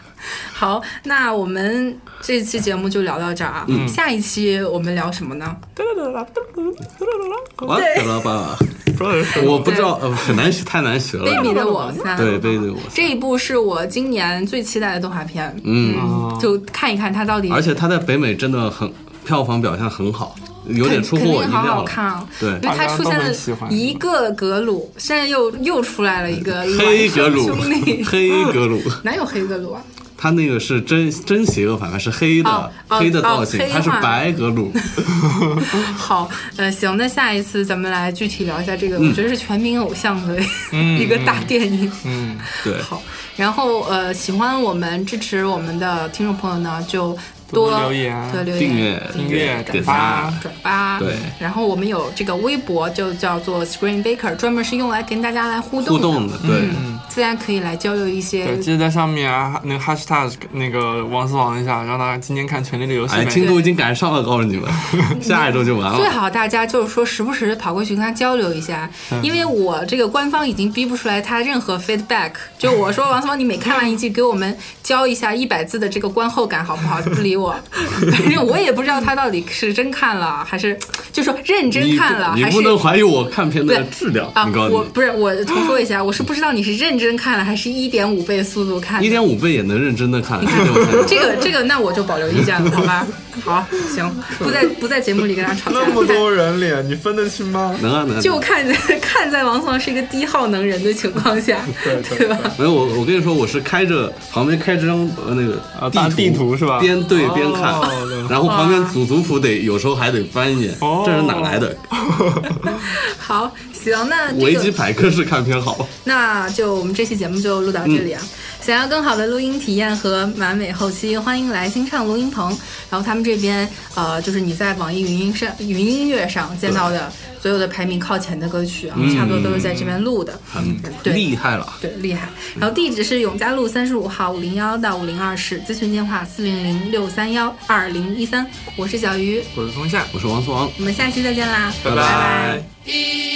好，那我们这期节目就聊到这儿啊。嗯下一期我们聊什么呢？我可了 <laughs> 吧？我不知道，呃，很难学，太难学了。卑鄙的我，那对，对对，我。这一部是我今年最期待的动画片，嗯，哦就看一看它到底，而且他在北美真的很票房表现很好，有点出乎肯我定意好好料。看啊。对因为它出现大家都很喜了欢一个格鲁，现在又又出来了一个黑格孪鲁 <laughs> 生兄，弟， <laughs> 黑格鲁，哪有黑格鲁啊？他那个是真真邪恶反派，是黑哦的，哦黑的造哦型黑，他是化的白格 <laughs> 鲁。好，呃，行，那下一次咱们来具体聊一下这个，嗯我觉得是全民偶像的一个大电影。嗯，对，好，然后呃，喜欢我们支持我们的听众朋友呢，就多多留言多留言、订阅、订阅点转发发。转发。对然后我们有这个微博，就叫做 Screen Baker，专门是用来跟大家来互动互动的的，对，嗯，自然可以来交流一些对，。记得在上面啊，那个 hashtag 那个王思王一下，让他今天看《权力的游戏》哎，没进？度已经赶上了，告诉你们，下一周就完 <laughs> 最了。好大家就是说，时不时地跑过去跟他交流一下，嗯因为我这个官方已经逼不出来他任何 feedback。就我说王思王，你每看完一季给我们交一下一百字的这个观后感好不 <laughs> 好？不理我，反正我也不知道他到底是真看了还是就说认真你看了，你还是不能怀疑我看片的对质量，啊你告，我诉不是我重说一下，我是不知道你是认真看了还是一点五倍速度看你，一的。点五倍也能认真 <laughs> 的看，这点我才能这个这个，那我就保留意见了，好吧？好，行，不在不在节目里跟他吵 <laughs> 架，人脸，你分得清吗？能啊能啊。就看 <laughs> 看在王总是一个低耗能人的情况下，对对对吧？没有我，我跟你说，我是开着旁边开着张呃那个啊大地图是吧边对哦边看 <laughs> 对，然后旁边祖族谱得有时候还得翻一眼哦，这人哪来的？好，行，那维这基个百科是看片好，那就我们这期节目就录到这里啊。想要更好的录音体验和完美后期，欢迎来新唱录音棚。然后他们这边呃，就是你在网易云音上、云音乐上见到的所有的排名靠前的歌曲啊，差不多都是在这边录的。很对厉害了。对，厉害。然后地址是永嘉路三十五号五零幺到五零二室，咨询电话四零零六三幺二零一三。我是小鱼，我是风扇，我是王思王。我们下期再见啦，拜拜拜拜。一。